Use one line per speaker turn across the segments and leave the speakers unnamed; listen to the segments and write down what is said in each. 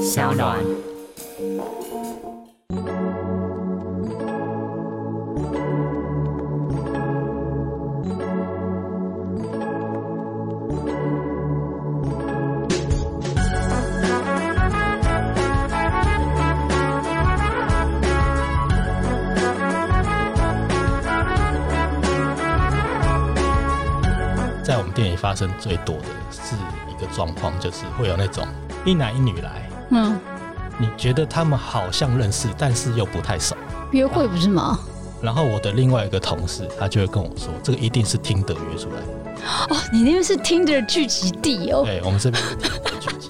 小暖。
在我们店里发生最多的是一个状况，就是会有那种一男一女来，
嗯，
你觉得他们好像认识，但是又不太熟。
约会不是吗？
然后我的另外一个同事，他就会跟我说，这个一定是听得约出来的。
哦，你那边是 Tinder 聚集地哦。
对，我们这边是听得聚 集。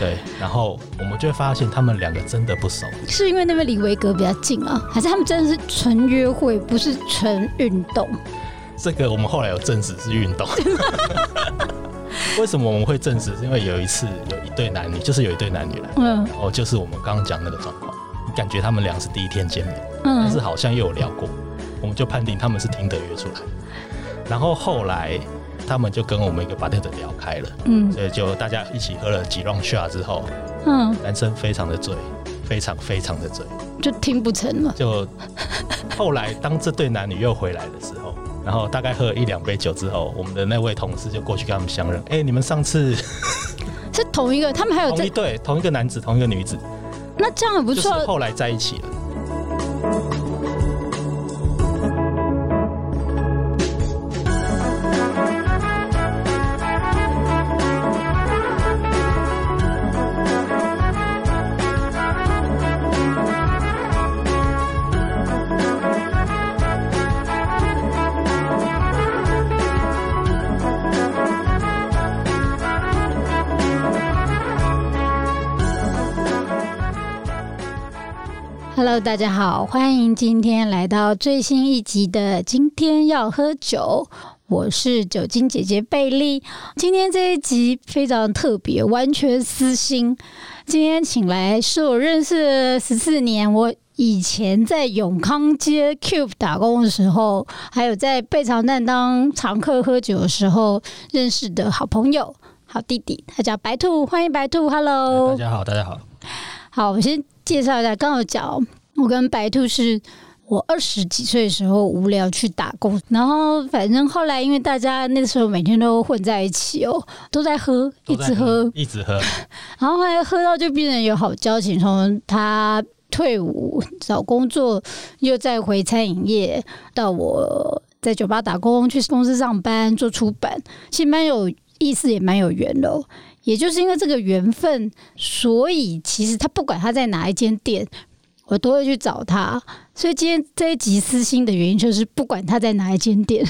对，然后我们就会发现他们两个真的不熟。
是因为那边离维格比较近啊，还是他们真的是纯约会，不是纯运动？
这个我们后来有证实是运动。 为什么我们会证实？是因为有一次有一对男女，就是有一对男女来，
嗯
然后就是我们刚刚讲那个状况，你感觉他们俩是第一天见面。但是
嗯，
好像又有聊过，我们就判定他们是听得约出来。然后后来他们就跟我们一个 bartender 聊开了，
嗯
所以就大家一起喝了几 round shot 之后，
嗯，
男生非常的醉，非常非常的醉。
就听不成了。
就后来当这对男女又回来的时候，然后大概喝了一两杯酒之后，我们的那位同事就过去跟他们相认，哎、你们上次
是同一个，他们还有
同一
在，
对同一个男子同一个女子，
那这样哦很不
就是
错。啊
后来在一起了。
Hello，大家好，欢迎今天来到最新一集的《今天要喝酒》，我是酒精姐姐贝利。今天这一集非常特别，完全私心。今天请来是我认识十四年，我以前在永康街 Cube 打工的时候，还有在贝长蛋当常客喝酒的时候认识的好朋友、好弟弟，他叫白兔，欢迎白兔，Hello，
大家好，大家好，
好，我先介绍一下，刚好讲我跟白兔是。我二十几岁的时候无聊去打工，然后反正后来因为大家那时候每天都混在一起哦，都在喝，一直喝，
一直喝，
然后后来喝到就变成有好交情，从他退伍找工作，又再回餐饮业，到我在酒吧打工，去公司上班做出版，其实蛮有意思，也蛮有缘的哦、也就是因为这个缘分，所以其实他不管他在哪一间店，我都会去找他。所以今天这一集私心的原因就是，不管他在哪一间店，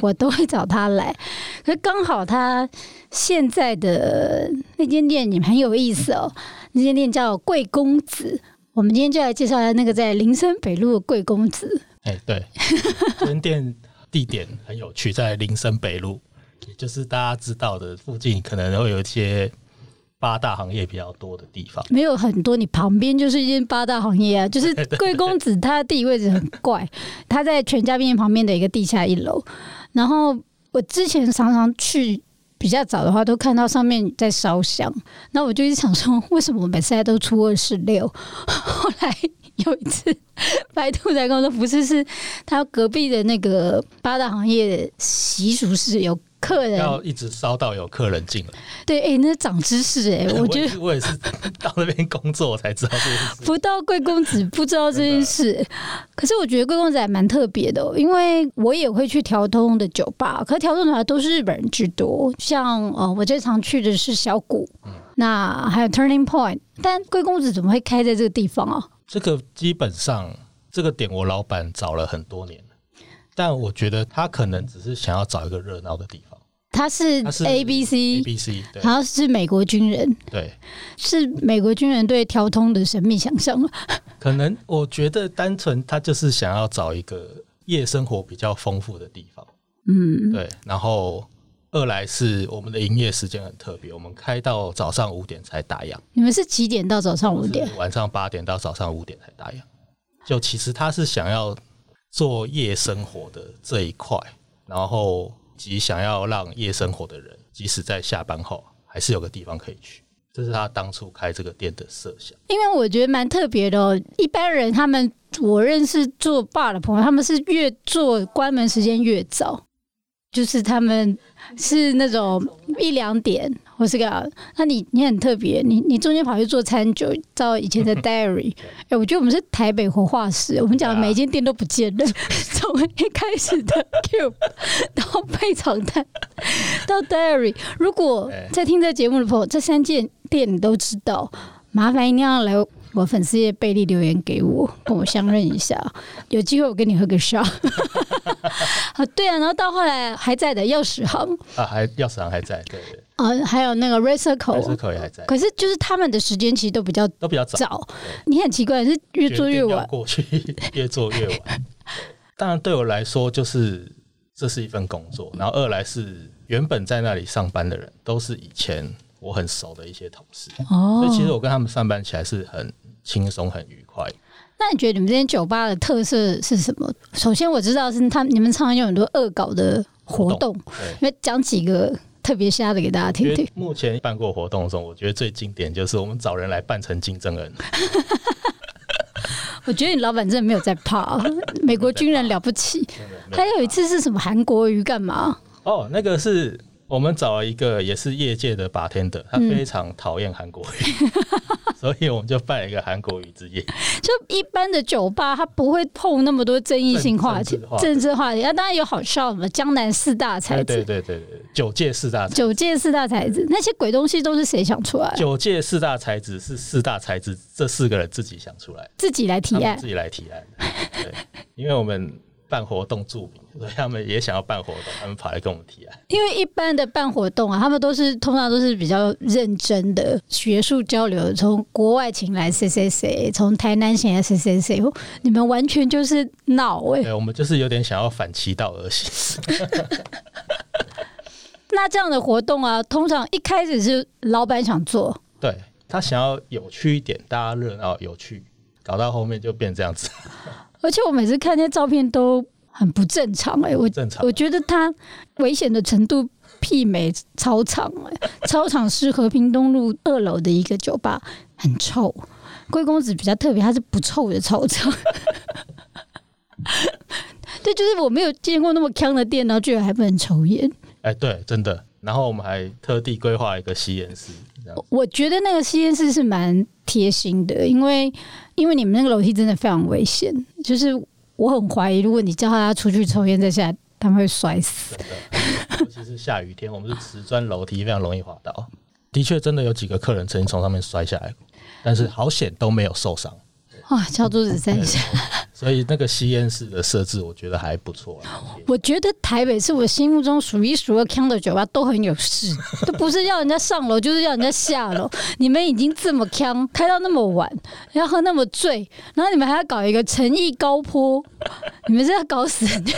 我都会找他来。可是刚好他现在的那间店也很有意思哦，那间店叫贵公子。我们今天就来介绍一下那个在林森北路的贵公子。
哎、 对，这间店地点很有趣，在林森北路，也就是大家知道的附近，可能会有一些八大行业比较多的地方。
没有很多，你旁边就是一间八大行业啊，就是贵公子，他的地理位置很怪，他在全家便利旁边的一个地下一楼。然后我之前常常去比较早的话，都看到上面在烧香，那我就一直想说，为什么我每次来都初二十六？ 后来有一次，白兔才跟我说，不是，是他隔壁的那个八大行业的习俗是有客人，
要一直烧到有客人进来，
对，哎、那长知识 哎、我觉
也
得
是我也是到那边工作我才知道这件事。
不到贵公子不知道这件事，可是我觉得贵公子还蛮特别的哦、因为我也会去调通的酒吧，可是调通的都是日本人居多，像呃我最常去的是小谷，
嗯
那还有 Turning Point，但贵公子怎么会开在这个地方啊？
这个基本上这个点我老板找了很多年了，但我觉得他可能只是想要找一个热闹的地方。
他是
他是
A B
A
C，
B C 对
然后是美国军人，
对，
是美国军人对调通的神秘想象了。
可能我觉得单纯他就是想要找一个夜生活比较丰富的地方。
嗯，
对，然后二来是我们的营业时间很特别，我们开到早上五点才打烊，
你们是几点到早上五点？
是晚上八点到早上五点才打烊。就其实他是想要做夜生活的这一块，然后及想要让夜生活的人，即使在下班后，还是有个地方可以去。这是他当初开这个店的设想。
因为我觉得蛮特别的哦。一般人他们我认识做 bar 的朋友，他们是越做关门时间越早，就是他们是那种一两点或是个。那你你很特别，你你中间跑去做餐酒，照以前的 diary，哎、我觉得我们是台北活化石，我们讲的每一间店都不见了， 从一开始的 cube 到配场蛋到 diary。如果
哎
在听这节目的朋友，这三间店你都知道，麻烦一定要来我粉丝页贝利留言给我，跟我相认一下。有机会我跟你喝个 shot。啊，对啊，然后到后来还在的钥匙行，
啊，还钥匙行还在，对对，
啊，还有那个 r a c i r
还
c
是
l
可以还在，
啊可是就是他们的时间其实都比较
都比较早，
早。你很奇怪，是越
决
做越
定要
晚。
过去 越做越晚。当然对我来说，就是这是一份工作，然后二来是原本在那里上班的人都是以前我很熟的一些同事，所
哦
以，其实我跟他们上班起来是很轻松、很愉快。
那你觉得你们这间酒吧的特色是什么？首先我知道是他们你们常常有很多恶搞的活
活
动
动， 对，
那讲几个特别瞎的给大家
因
听听
为。目前办过活动中，我觉得最经典就是我们找人来扮成金正恩，
我觉得你老板真的没有在怕，美国军人了不 起。还有一次是什么韩国瑜干嘛？
哦，那个是我们找了一个也是业界的 bartender，他
嗯
非常讨厌韩国语， 所以我们就办了一个韩国语之夜。
就一般的酒吧，他不会碰那么多争议性话题
政治话、题
政治话题。啊那当然有好笑的，江南四大才
对对
子、
对对对，九界四大才
九界四大才子，那些鬼东西都是谁想出来的？
九界四大才子是四大才子这四个人自己想出来的，
自己来提
他
案
们自。己来提案的。对，因为我们办活动著名，所以他们也想要办活动，他们跑来跟我们提案。
因为一般的办活动啊，他们都是通常都是比较认真的学术交流，从国外请来谁谁谁，从台南请来谁谁谁，你们完全就是闹哎、
对，我们就是有点想要反其道而行。
那这样的活动啊，通常一开始是老板想做，
对他想要有趣一点，大家热闹有趣，搞到后面就变这样子，
而且我每次看那些照片都很不正常哎、我
正常
我。觉得它危险的程度媲美操场、欸。 操场是和平东路二楼的一个酒吧，很臭。贵公子比较特别，它是不臭的操场。 对，就是我没有见过那么呛的店，然后居然还不能抽烟。
哎、对，真的。然后我们还特地规划一个吸烟室，这样子
我我觉得那个吸烟室是蛮贴心的，因为因为你们那个楼梯真的非常危险，就是我很怀疑，如果你叫他出去抽烟再下来，他们会摔死。
真的。尤其是下雨天，我们是瓷砖楼梯，非常容易滑倒。的确，真的有几个客人曾经从上面摔下来过，但是好险都没有受伤。
啊，敲桌子三下。
所以那个吸烟室的设置，我觉得还不错啦。
我觉得台北是我心目中数一数二强的酒吧，都很有事，都不是要人家上楼，就是要人家下楼。你们已经这么强，开到那么晚，然后喝那么醉，然后你们还要搞一个诚意高坡，你们是要搞死人？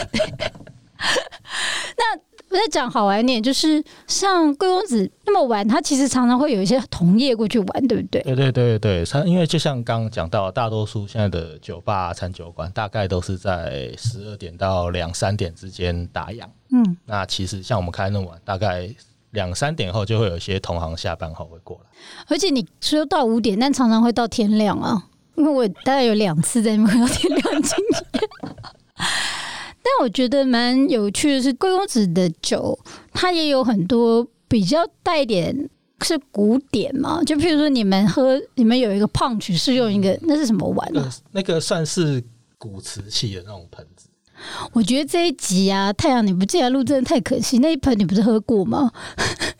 那我在讲好玩一点，就是像贵公子那么晚，他其实常常会有一些同业过去玩，对不对？
对对对对，它因为就像刚刚讲到，大多数现在的酒吧、餐酒馆大概都是在十二点到两三点之间打烊。
嗯，
那其实像我们开那么晚，大概两三点后就会有一些同行下班后会过来。
而且你说到五点，但常常会到天亮啊，因为我大概有两次在那边喝到天亮的经验。但我觉得蛮有趣的是，贵公子的酒，它也有很多比较带一点是古典嘛，就譬如说你们喝，你们有一个 punch 是用一个那是什么碗啊？
呃，那个算是古瓷器的那种盆子，
我觉得这一集啊，太阳你不进来录真的太可惜。那一盆你不是喝过吗？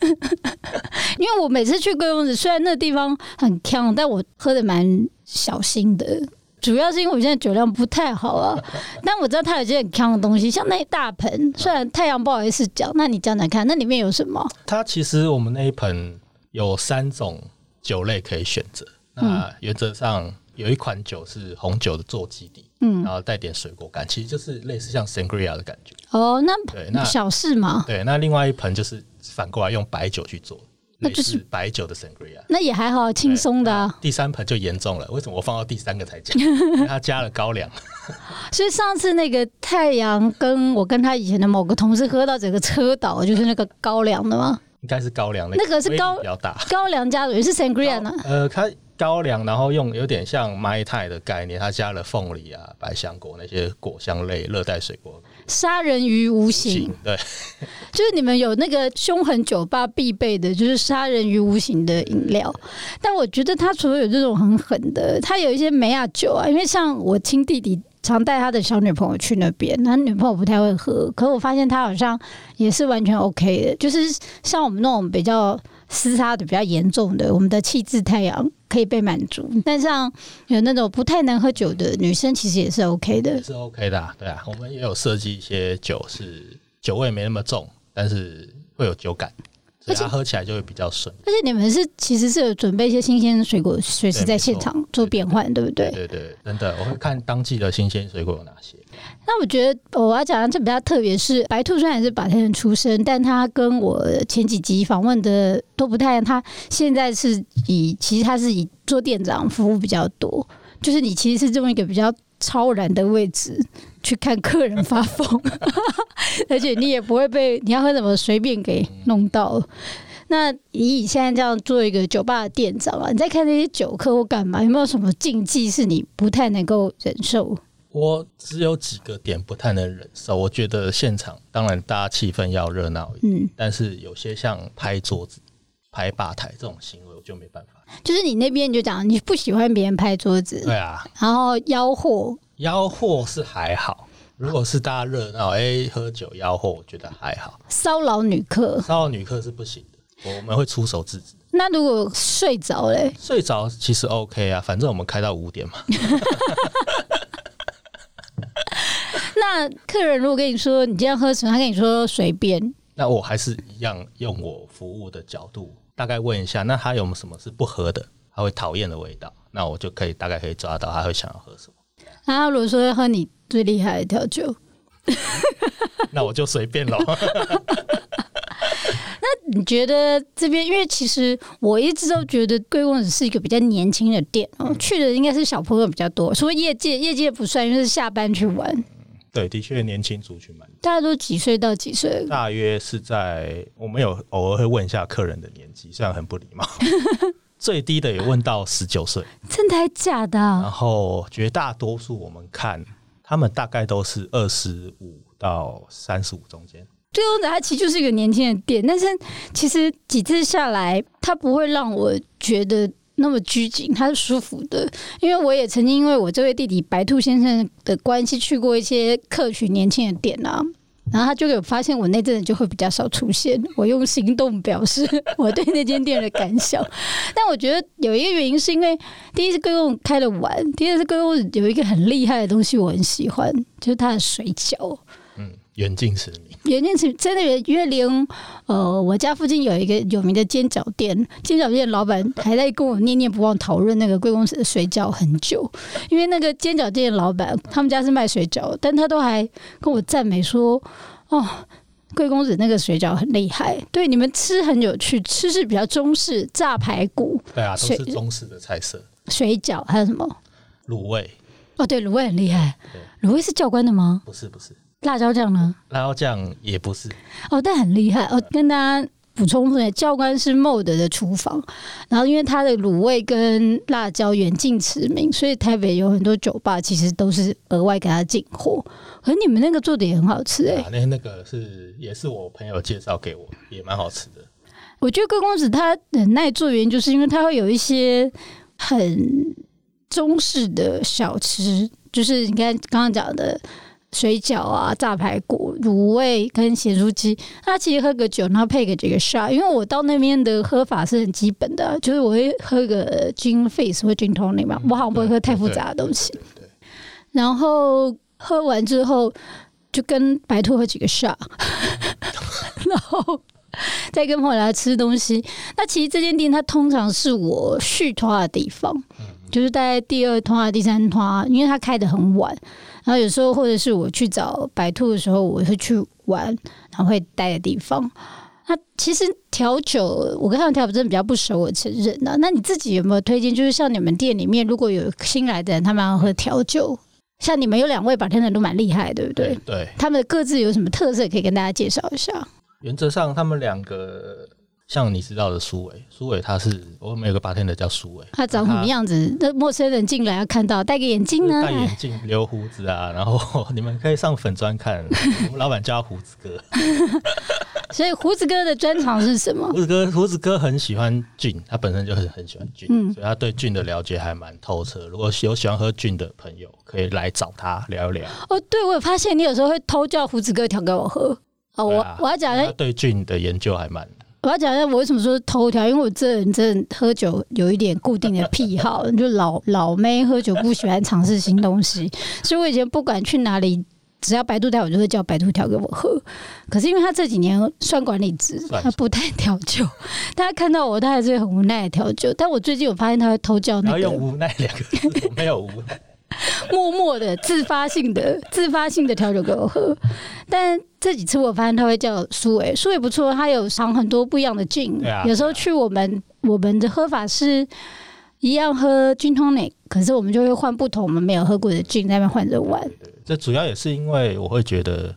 因为我每次去贵公子，虽然那地方很呛，但我喝的蛮小心的。主要是因为我现在酒量不太好 啊，但我知道它有一些很呛的东西，像那一大盆，虽然太阳不好意思讲，那你讲讲看，那里面有什么？
它其实我们那一盆有三种酒类可以选择。
嗯
那原则上有一款酒是红酒的做基底，嗯，然后带点水果感，其实就是类似像 sangria 的感觉。
哦，
对
那
那
小事嘛，
对，那另外一盆就是反过来用白酒去做，
那
类
就是
似白酒的 sangria。
那也还好，轻松的、啊。
第三盆就严重了，为什么我放到第三个才 讲？因为它加了高粱。
所以上次那个太阳跟我跟他以前的某个同事喝到整个车倒，就是那个高粱的吗？
应该是高粱类，
那个是
威力
高
比较大。
高粱家族也是 sangria 呢
高，呃，它高粱，然后用有点像麦泰的概念，它加了凤梨啊、百香果那些果香类热带水果。
杀人于无形，
对，
就是你们有那个凶狠酒吧必备的，就是杀人于无形的饮料。但我觉得它除了有这种很狠的，它有一些梅亚酒啊，因为像我亲弟弟。常带他的小女朋友去那边，他女朋友不太会喝，可我发现他好像也是完全 OK 的，就是像我们那种比较厮杀的比较严重的，我们的气质太阳可以被满足。但像有那种不太能喝酒的女生，其实也是 OK 的
也。是 OK 的、啊。对啊，我们也有设计一些酒是酒味没那么重，但是会有酒感，所以它喝起来就会比较顺。
而且你们是其实是有准备一些新鲜水果，随时
对
在
没
现
错
场做变换，对不对？
对对，真的，我会看当季的新鲜水果有哪些。
那我觉得我要讲的这比较特别是，白兔虽然也是白天人出身，但他跟我前几集访问的都不太一样。他现在是以其实他是以做店长服务比较多，就是你其实是用一个比较超然的位置去看客人发疯， 而且你也不会被你要喝什么随便给弄到。那以你现在这样做一个酒吧的店长啊，你在看那些酒客或干嘛，有没有什么禁忌是你不太能够忍受？
我只有几个点不太能忍受，我觉得现场当然大家气氛要热闹一点，
嗯。
但是有些像拍桌子、拍吧台这种行为，我就没办法。
就是你那边你就讲你不喜欢别人拍桌子，
对啊，
然后吆喝，
吆喝是还好，如果是大家热闹，哎、喝酒吆喝，我觉得还好。
骚扰女客。
骚扰女客是不行的，我们会出手制止。
那如果睡着嘞，
睡着其实 OK 啊，反正我们开到五点嘛。
那客人如果跟你说你今天喝什么，他跟你说随便，
那我还是一样用我服务的角度，大概问一下，那他有没有什么是不喝的，他会讨厌的味道，那我就可以大概可以抓到他会想要喝什么，
然后他如果说要喝你最厉害的一条酒，
那我就随 便喽。
你觉得这边？因为其实我一直都觉得贵公子是一个比较年轻的店哦，去的应该是小朋友比较多，除了业界，业界不算，因为是下班去玩，
对，的确年轻族群蛮多，
大家都几岁到几岁？
大约是在我们有偶尔会问一下客人的年纪，虽然很不礼 貌，最低的也问到十九岁，
真的还假的啊、
然后绝大多数我们看他们大概都是二十五到三十五中间。
最终它其实就是一个年轻的店，但是其实几次下来，它不会让我觉得那么拘谨，它是舒服的。因为我也曾经因为我这位弟弟白兔先生的关系，去过一些客群年轻的店啊。然后他就有发现我那阵子就会比较少出现，我用行动表示我对那间店的感想。但我觉得有一个原因是因为，第一是贵公开的晚，第二是贵公有一个很厉害的东西我很喜欢，就是它的水饺。
嗯，远近驰名。
原件是真的，因为连呃，我家附近有一个有名的煎饺店，煎饺店老板还在跟我念念不忘讨论那个贵公司的水饺很久，因为那个煎饺店老板他们家是卖水饺，但他都还跟我赞美说，哦。贵公子那个水饺很厉害，对你们吃很有趣，吃是比较中式炸排骨、
对啊，都
水
是中式的菜色，
水饺，还有什么？
卤味
哦，对，卤味很厉害，卤味是教官的吗？
不是不是，
辣椒酱呢？
辣椒酱也不是，
哦，但很厉害哦。跟大家补充一下，教官是 MOD 的厨房，然后因为它的卤味跟辣椒远近驰名，所以台北有很多酒吧其实都是额外给他进货。可是你们那个做的也很好吃哎、
啊、那那个是也是我朋友介绍给我，也蛮好吃的。
我觉得贵公子他很耐做，原因就是因为他会有一些很中式的小吃，就是你看刚刚讲的水饺啊、炸排骨、卤味跟咸酥鸡。他其实喝个酒，然后配个几个 shot，因为我到那边的喝法是很基本的啊、就是我会喝个 gin face 或 gin tonic 嘛，我好像不会喝太复杂的东西。
嗯对。对对对
然后喝完之后就跟白兔喝几个 shot，然后再跟朋友来吃东西。那其实这间店它通常是我续团的地方，就是大概第二团啊、第三团啊，因为它开的很晚。然后有时候或者是我去找白兔的时候，我会去玩，然后会待的地方。那其实调酒，我跟他们调酒真的比较不熟，我承认啊。那你自己有没有推荐？就是像你们店里面，如果有新来的人，他们要喝调酒，像你们有两位把天人都蛮厉害，对不对？
对对，
他们各自有什么特色可以跟大家介绍一下？
原则上他们两个像你知道的苏伟，苏伟他是我们有个 bartender 叫苏伟，
他长什么样子？那陌生人进来要看到，戴个眼镜
就是
呢？
戴眼镜、留胡子啊，然后 你们可以上粉砖看，我们老板叫他胡子哥。
所以胡子哥的专长是什么？
胡子哥，胡子哥很喜欢菌，他本身就很很喜欢菌，
嗯
所以他对菌的了解还蛮透彻。如果有喜欢喝菌的朋友，可以来找他聊一聊。
哦，对，我有发现你有时候会偷叫胡子哥调给我喝。哦，
对
我、
啊
我要讲一
他
下，
对菌的研究还蛮……
我要讲一下我为什么说偷调，因为我这人真的喝酒有一点固定的癖好，就老老妹喝酒不喜欢尝试新东西，所以我以前不管去哪里。只要白兔带我就会叫白兔调给我喝，可是因为他这几年算管理职，
算
他不太 调酒，他看到我他还是会很无奈的调酒。但我最近有发现他会偷叫
然
那
后
个
用无奈两个字，我没有无奈。
默默的、自发性的、自发性的调酒给我喝。但这几次我发现他会叫苏伟，苏伟不错，他有尝很多不一样的劲。
对啊
有时候去我们我们的喝法是一样喝 gin tonic，可是我们就会换不同我们没有喝过的 gin 在那边换着玩。
这主要也是因为我会觉得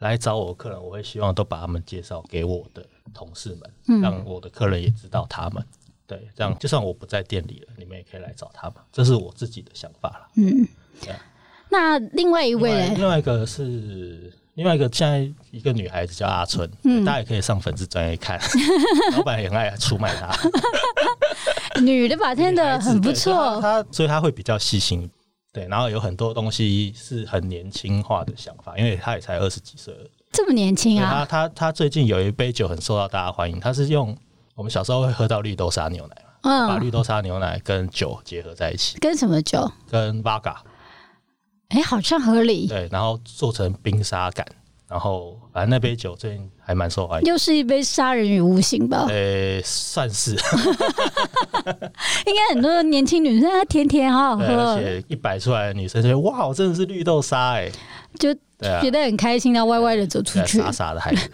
来找我的客人，我会希望都把他们介绍给我的同事们，
嗯
让我的客人也知道他们。对，这样就算我不在店里了，你们也可以来找他们，这是我自己的想法啦。
嗯
对啊，
那另外一
另
位
外
嘞，
另外一个是另外一个现在一个女孩子叫阿春，
嗯
大家也可以上粉丝专 业看，老板也很爱出卖她，
女的吧， 真的很不
女孩子对所以
错。
她她所以她会比较细心。对，然后有很多东西是很年轻化的想法，因为她也才二十几岁而已。
这么年轻
对
啊
他，他他最近有一杯酒很受到大家欢迎，他是用我们小时候会喝到绿豆沙牛奶嘛，把
嗯，
绿豆沙牛奶跟酒结合在一起，
跟什么酒？
跟 v 嘎
哎、好像合理。
对，然后做成冰沙感，然后反正那杯酒最近还蛮受欢迎。
又是一杯杀人与无形吧，
呃，算 是，
应该很多年轻女生啊，甜甜好好
对，
喝哦
而。且一摆出来的女生就会哇，我真的是绿豆沙哎、
就
对啊
觉得很开心，然后歪歪的走出
对啊
去。
傻傻的 孩子，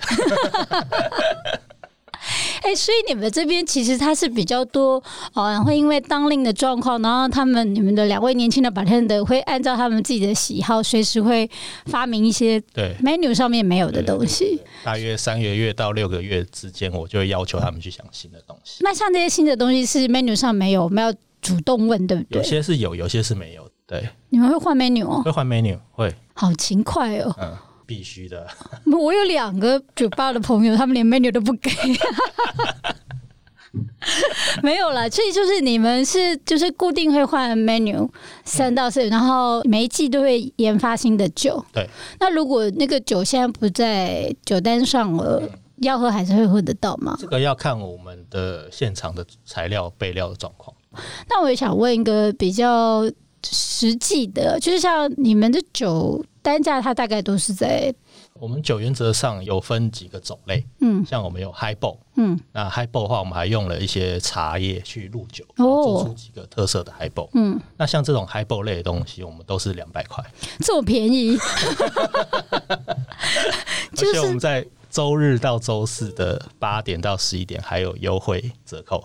哎、所以你们这边其实它是比较多，哦，会因为当令的状况，然后他们你们的两位年轻的 bartender 会按照他们自己的喜好，随时会发明一些
对，
menu 上面没有的东西。
大约三个月到六个月之间，我就会要求他们去想新的东西，
那像这些新的东西是 menu 上没有，我们要主动问，对不
有
对？
些是有，有些是没有，对，
你们会换 menu 哦，
会换 menu，会，
好勤快哦！
嗯，必须的。
我有两个酒吧的朋友，他们连 menu 都不给。没有啦，所以就是你们是就是固定会换 menu 三到四，然后每一季都会研发新的酒。
对，
那如果那个酒现在不在酒单上了，要喝还是会喝得到吗？
这个要看我们的现场的材料备料的状况。
那我也想问一个比较实际的，就是像你们的酒单价，它大概都是在
我们酒原则上有分几个种类，
嗯
像我们有 highball，
嗯
那 highball 的话，我们还用了一些茶叶去入酒，
哦
做出几个特色的 highball。
嗯，
那像这种 highball 类的东西，我们都是两百块，
这么便宜，就
而且我
是
们在周日到周四的八点到十一点还有优惠折扣，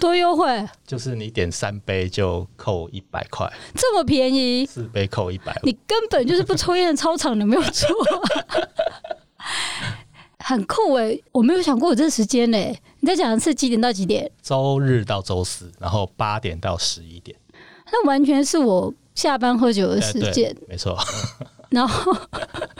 多优惠，
就是你点三杯就扣一百块，
这么便宜，
四杯扣一百。
你根本就是不抽烟的操场，你没有错、 很酷哎、我没有想过有这时间嘞、你再讲一次几点到几点？
周日到周四，然后八点到十一点，
那完全是我下班喝酒的
哎
时
对
间，
没错。
然后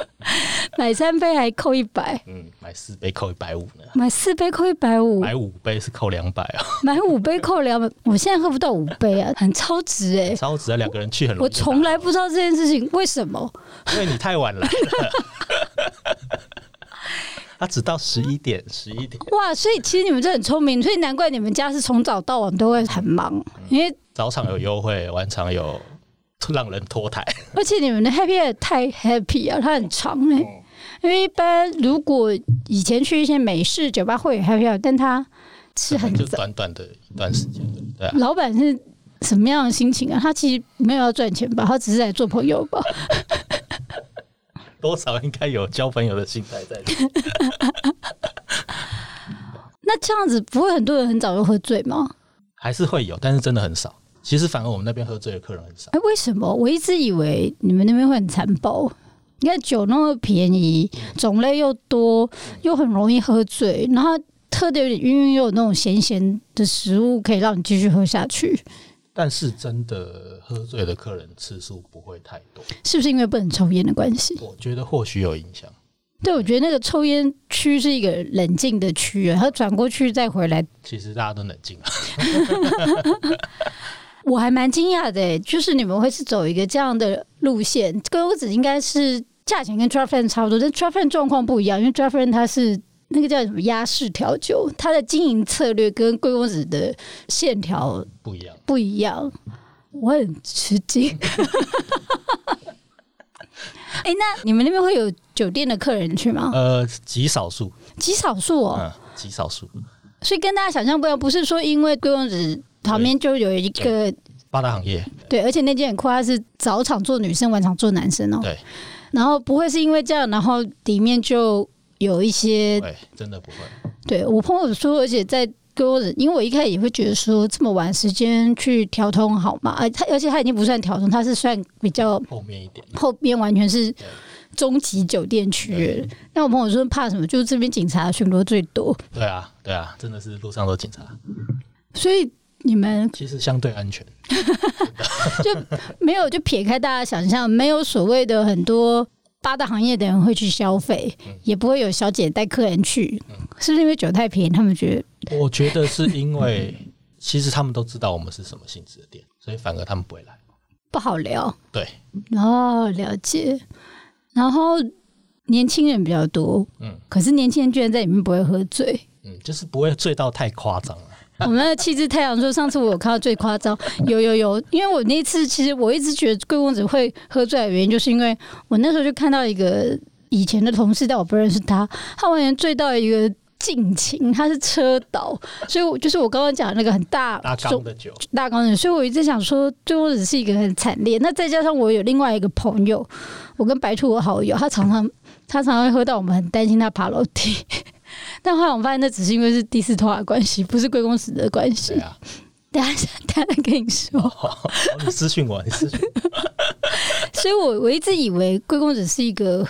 买三杯还扣一百，
嗯，买四杯扣一百五呢，
买四杯扣一百五，
买五杯是扣两百啊，
买五杯扣两百。我现在喝不到五杯啊，很超值哎、
超值啊！两个人去很容易
我
就打
从来不知道这件事情为什么，
因为你太晚来了。他只到十一点，十一点
哇！所以其实你们真的很聪明，所以难怪你们家是从早到晚都会很忙，因为
早场有优惠，晚场有让人拖台。
而且你们的 happy 也太 happy 啊，它很长哎、
哦
因为一般如果以前去一些美式酒吧会有 happy，hour，但它是很
就
早。
短短的一段时间的，对啊，
老板是什么样的心情啊？他其实没有要赚钱吧，他只是来做朋友吧。
多少应该有交朋友的心态在里面。
那这样子不会很多人很早就喝醉吗？
还是会有，但是真的很少。其实反而我们那边喝醉的客人很少，
哎、为什么？我一直以为你们那边会很残暴。你看酒那么便宜，种类又多，又很容易喝醉，然后喝的有点晕晕，又有那种咸咸的食物可以让你继续喝下去，
但是真的喝醉的客人次数不会太多，
是不是因为不能抽烟的关系？
我觉得或许有影响。
对，我觉得那个抽烟区是一个冷静的区，然后转过去再回来，
其实大家都冷静了，
我还蛮惊讶的欸，就是你们会是走一个这样的路线，鸽子应该是价钱跟 t r a f f i n 差不多，但 t r a f f i n 状况不一样，因为 t r a f f i n 它是。那个叫什么鸭式调酒，它的经营策略跟贵公子的线条
不一样。
不一样，我很吃惊。哎、那你们那边会有酒店的客人去吗？
呃，极少数，
极少数哦，
嗯，极少数。
所以跟大家想象不一样，不是说因为贵公子旁边就有一个
八大行业，
对，而且那间很酷，它是早场做女生，晚场做男生哦。
对。
然后不会是因为这样，然后里面就有一些
对，真的不会。
对我朋友说，而且在跟我，因为我一开始也会觉得说这么晚时间去调通好嘛，而他而且他已经不算调通，他是算比较
后面一点，
后边完全是中级酒店区了。那我朋友说怕什么？就是这边警察巡逻最多，
对啊，对啊，真的是路上都警察，
所以你们
其实相对安全。
没有就撇开大家想象，没有所谓的很多八大行业的人会去消费，也不会有小姐带客人去，是不是因为酒太便宜，他们觉得
我觉得是因 为其实他们都知道我们是什么性质的店，所以反而他们不会来。
不好聊？
对，
哦，了解。然后年轻人比较多，
嗯
可是年轻人居然在里面不会喝醉。
嗯，就是不会醉到太夸张啊了。
我们的气质太阳说，上次我有看到最夸张，有有有，因为我那次其实我一直觉得贵公子会喝醉的原因，就是因为我那时候就看到一个以前的同事，但我不认识他，他完全醉到一个尽情，他是车倒，所以我就是我刚刚讲的那个很大
大缸的酒，
大高人，所以我一直想说，对我只是一个很惨烈。那再加上我有另外一个朋友，我跟白兔的好友，他常常他常常会喝到我们很担心他爬楼梯，但后来我们发现那只是因为是第四拖的关系，不是贵公子的关系
对。啊。哦
等一下等一下跟你说，
你私讯我，你 私讯我。
所以我我一直以为贵公子是一个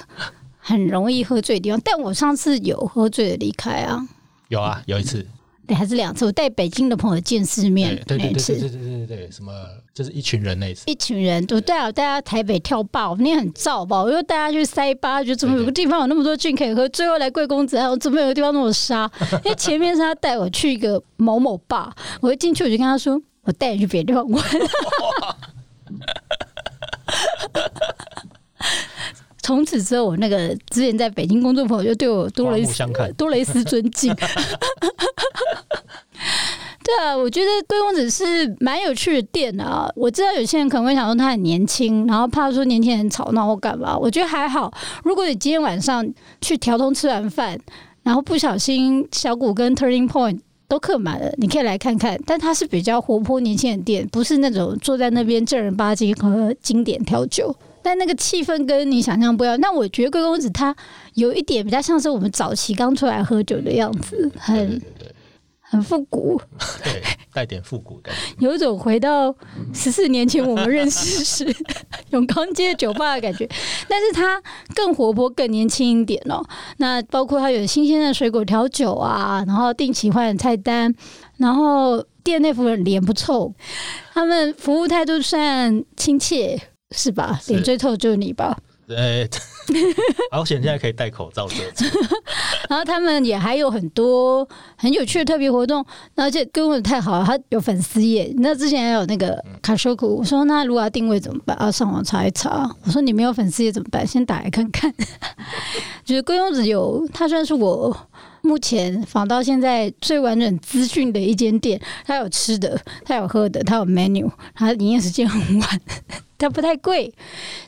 很容易喝醉的地方，但我上次有喝醉的离开啊。
有啊，有一次，
对，还是两次。我带北京的朋友见世
对
面
对
那
对
一
对
次
对，对对对对，什么就是一群人那一次，
一群人，我对啊，我带他台北跳爆，那很燥爆，我又带他去塞巴，觉得怎么有个地方有那么多菌可以喝，最后来贵公子，然后怎么有个地方那么沙？因为前面是他带我去一个某某坝，我一进去我就跟他说，我带你去别的地方玩。 从此之后，我那个之前在北京工作的朋友就对我多了一
刮目相看
多了一丝尊 敬。对啊，我觉得贵公子是蛮有趣的店啊。我知道有些人可能会想说他很年轻，然后怕说年轻人吵闹或干嘛。我觉得还好，如果你今天晚上去调通吃完饭，然后不小心小谷跟 Turning Point 都客满了，你可以来看看。但它是比较活泼年轻人的店，不是那种坐在那边正儿八经喝经典调酒。但那个气氛跟你想象不一样。那我觉得贵公子它有一点比较像是我们早期刚出来喝酒的样子，
对对
很
对对
很复古。
对，带点复古感觉。
有一种回到十四年前我们认识时 永康街酒吧的感觉，但是它更活泼、更年轻一点哦。那包括它有新鲜的水果调酒啊，然后定期换菜单，然后店内服务人脸不臭，他们服务态度算亲切，是吧？
是
脸最臭就是你吧。
呃， 好险现在可以戴口罩遮住。
然后他们也还有很多很有趣的特别活动，而且跟我太好了，他有粉丝页。那之前还有那个卡修库，我说那如果要定位怎么办？啊，上网查一查。我说你没有粉丝页怎么办？先打来看看。 觉得龟公子有，它算是我目前访到现在最完整资讯的一间店。它有吃的，它有喝的，它有 menu，它营业时间很晚， 它不太贵。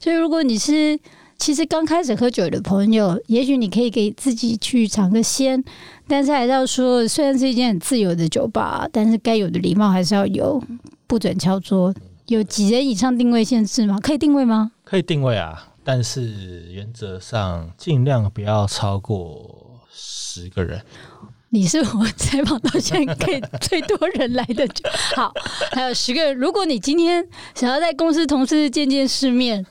所以如果你是其实刚开始喝酒的朋友，也许你可以给自己去尝个鲜，但是还是要说，虽然是一间很自由的酒吧，但是该有的礼貌还是要有，不准敲桌。有几人以上定位限制吗？可以定位吗？
可以定位啊，但是原则上尽量不要超过十个人。
你是我采访到现在可以最多人来的酒。好，还有十个人。如果你今天想要在公司同事见见世面，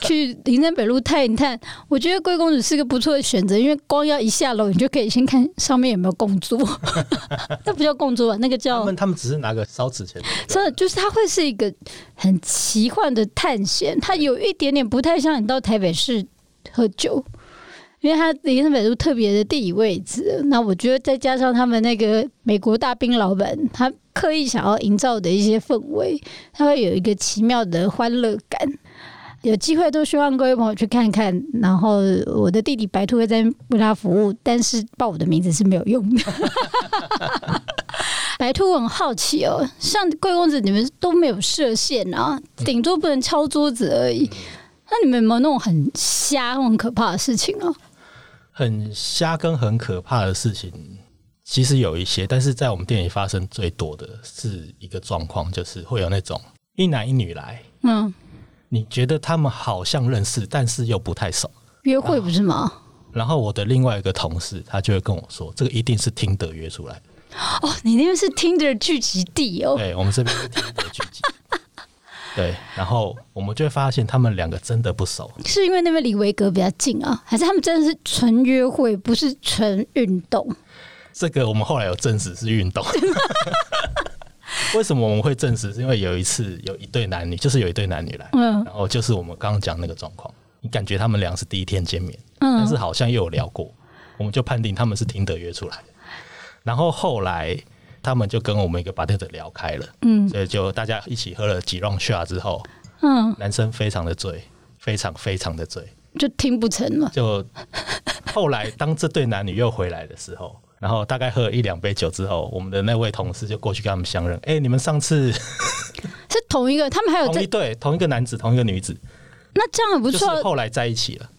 去林森北路探一探，我觉得贵公子是个不错的选择，因为光要一下楼，你就可以先看上面有没有供桌。 那不叫供桌吧，那个
他
叫
们他们只是拿个烧纸钱，
真的就是它会是一个很奇幻的探险，它有一点点不太像你到台北市喝酒，因为它离那北路特别的地理位置。那我觉得再加上他们那个美国大兵老板，他刻意想要营造的一些氛围，他会有一个奇妙的欢乐感。有机会都希望各位朋友去看看，然后我的弟弟白兔会在那边为他服务，但是报我的名字是没有用的。白兔，我很好奇哦，像贵公子你们都没有设限啊，
嗯
顶多不能敲桌子而已。那你们有没有那种很瞎、很可怕的事情啊？
很瞎跟很可怕的事情，其实有一些，但是在我们店里发生最多的是一个状况，就是会有那种一男一女来，
嗯，
你觉得他们好像认识，但是又不太熟。
约
啊
会不是吗？
然后我的另外一个同事，他就会跟我说，这个一定是听得约出来的。
哦，你那边是 Tinder 聚集地哦。
对，我们这边是听得聚集。 对，然后我们就会发现他们两个真的不熟，
是因为那边离维格比较近啊，还是他们真的是纯约会，不是纯运动？
这个我们后来有证实是运动。为什么我们会证实？是因为有一次有一对男女，就是有一对男女来，
嗯
然后就是我们刚刚讲那个状况，你感觉他们俩是第一天见面，但是
嗯，
好像又有聊过，我们就判定他们是听得约出来的。然后后来他们就跟我们一个 b a r t e 聊开了，
嗯
所以就大家一起喝了几 round shot 之后，
嗯，
男生非常的醉，非常非常的醉，
就听不成了。
就后来当这对男女又回来的时候，然后大概喝了一两杯酒之后，我们的那位同事就过去跟他们相认，哎、你们上 次
是同一个，他们还有
同一
在，
对同一个男子同一个女子，
那这样很不
就是
错。
后来在一起了。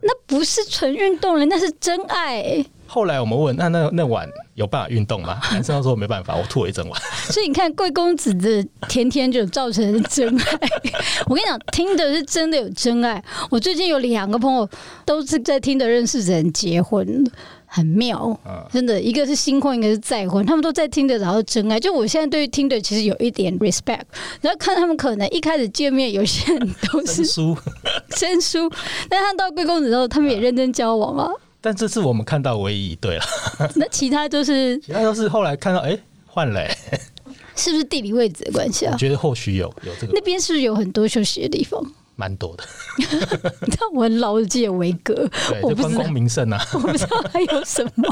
那不是纯运动了，那是真爱、欸
后来我们问，那那那晚有办法运 动吗？男生都说没办法，我吐了一整晚。
所以你看，贵公子的甜甜就造成真爱。 我跟你讲，听的是真的有真爱。我最近有两个朋友都是在听的认识的人结婚了，很妙，真的，一个是新婚，一个是再婚，他们都在听的，然后真爱。就我现在对于听的其实有一点 respect，然后看他们可能一开始见面，有些人都
生
是
疏，
生疏，但他到贵公子之后，他们也认真交往啊。
但这是我们看到唯一一对 了，
那其他就是
其他都是后来看到，哎、换了、哎
是不是地理位置的关系啊
我？觉得或许有有这个
那边是不是有很多休息的地方？
蛮多的，
你知道我很老记得维格，
对，
我不
就观
知道
光，名胜啊，
我不知道还有什么。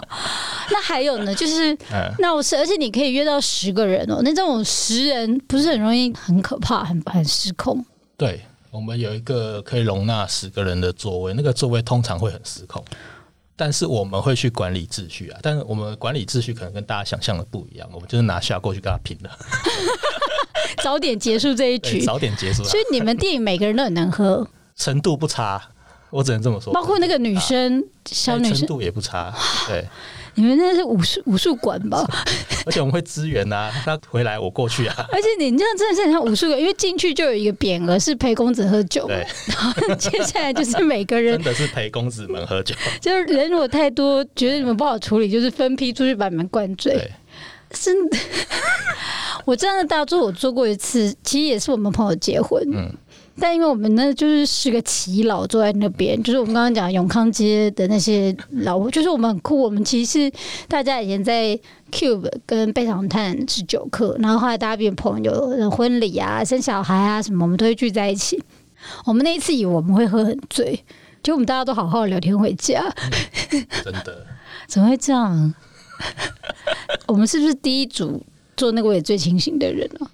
那还有呢，就是
嗯，
那我是，而且你可以约到十个人哦。那这种十人不是很容易，很可怕，很很失控。
对，我们有一个可以容纳十个人的座位，那个座位通常会很失控，但是我们会去管理秩序啊。但是我们管理秩序可能跟大家想象的不一样，我们就是拿下过去跟他拼 了，
早点结束这一
对，
局，
早点结束啊
所，以你们电影每个人都很能喝，
程度不差，我只能这么说。
包括那个女生小
啊哎
女
程
生，
度也不差， 对，
你们那是武术武术馆吧？
而且我们会支援啊，他回来我过去啊，
而且你这样真的是很像武术馆，因为进去就有一个匾额是陪公子喝酒，
对，
然后接下来就是每个人
真的是陪公子们 喝酒，
就是人如果太多，觉得你们不好处理，就是分批出去把你们灌醉。
对，
真的，我这样的大作我做过一次，其实也是我们朋友结婚。
嗯
但因为我们那就是是个耆老坐在那边，就是我们刚刚讲永康街的那些老，就是我们很酷。我们其实是大家以前在 Cube 跟贝糖炭是酒客，然后后来大家变朋友，婚礼啊、生小孩啊什么，我们都会聚在一起。我们那一次以为我们会喝很醉，结果我们大家都好好聊天回家，
真的。
怎么会这样？ 我们是不是第一组做那个也最清醒的人啊？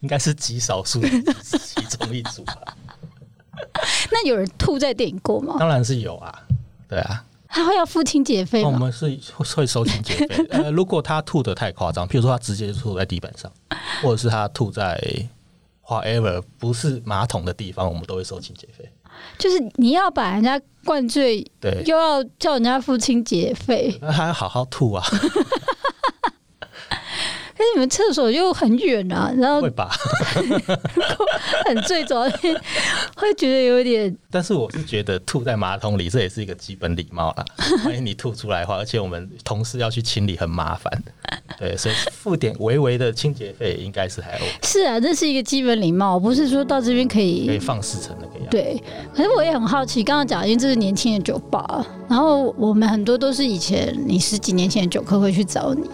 应该是极少数的其中一组 吧，
那有人吐在电影过吗？
当然是有啊，对啊，
他会要付清洁费
哦那我
吗？
们是 会收清洁费 的。呃，如果他吐的太夸张，譬如说他直接吐在地板上，或者是他吐在 whatever 不是马桶的地方，我们都会收清洁费。
就是你要把人家灌醉，
对，
又要叫人家付清洁费。
那他要好好吐啊。
是你们厕所又很远啊，然后
会吧？
很醉走，会觉得有点
但是我是觉得吐在马桶里，这也是一个基本礼 貌啦。万一你吐出来的话，而且我们同事要去清理，很麻烦。对，所以付点微微的清洁费应该是还 OK，
是啊，这是一个基本礼貌，不是说到这边可
可
以
以放肆成那个样子。
对，可是我也很好奇，刚刚讲，因为这是年轻的酒吧，然后我们很多都是以前你十几年前的酒客会去找你，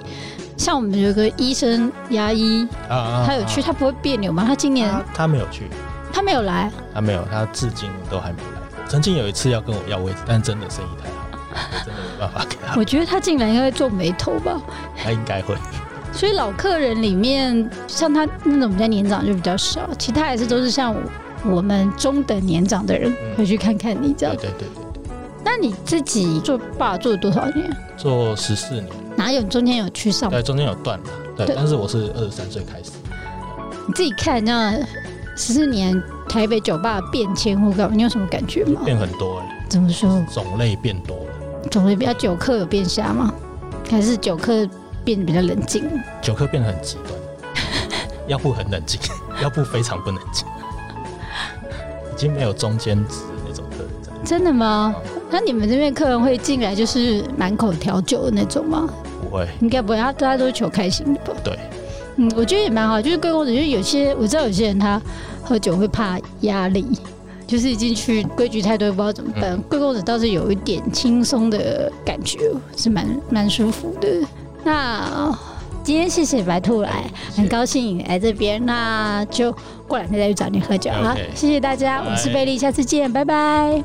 像我们有个医生牙医，
啊啊啊
他有去，他不会别扭吗？他今年
他他没有去，
他没有来，
他啊没有，他至今都还没有来过。曾经有一次要跟我要位置，但真的生意太好，我真的没办法给他，
我觉得他进来应该会皱眉头吧。
他应该会。
所以老客人里面，像他那种比较年长就比较少，其他还是都是像我我们中等年长的人
嗯
会去看看你这
对
样。
对对对，
那你自己做爸做了多少年？
做十四年，
哪有中间有去上班？
对，中间有断了，对
对，
但是我是二十三岁开始。
你自己看那十四年台北酒吧的变迁或干嘛，你有什么感觉吗？
变很多了，
怎么说？
种类变多了，
总会比较酒客有变瞎吗？还是酒客变得比较冷静？
酒客变得很极端，要不很冷静， 要不非常不冷静，已经没有中间值的那种客人在。
真的吗？那你们这边客人会进来就是满口调酒的那种吗？
不会，
应该不会，他大家都是求开心的吧？
对，
嗯，我觉得也蛮好，就是贵公子，就是有些我知道有些人他喝酒会怕压力，就是一进去规矩太多不知道怎么
嗯
办。贵、公子倒是有一点轻松的感觉，是蛮蛮舒服的。那今天谢谢白兔来，很高兴你来这边，那就过两天再去找你喝酒啊
OK
谢谢大家，我们是
拜
贝利，下次见，拜拜。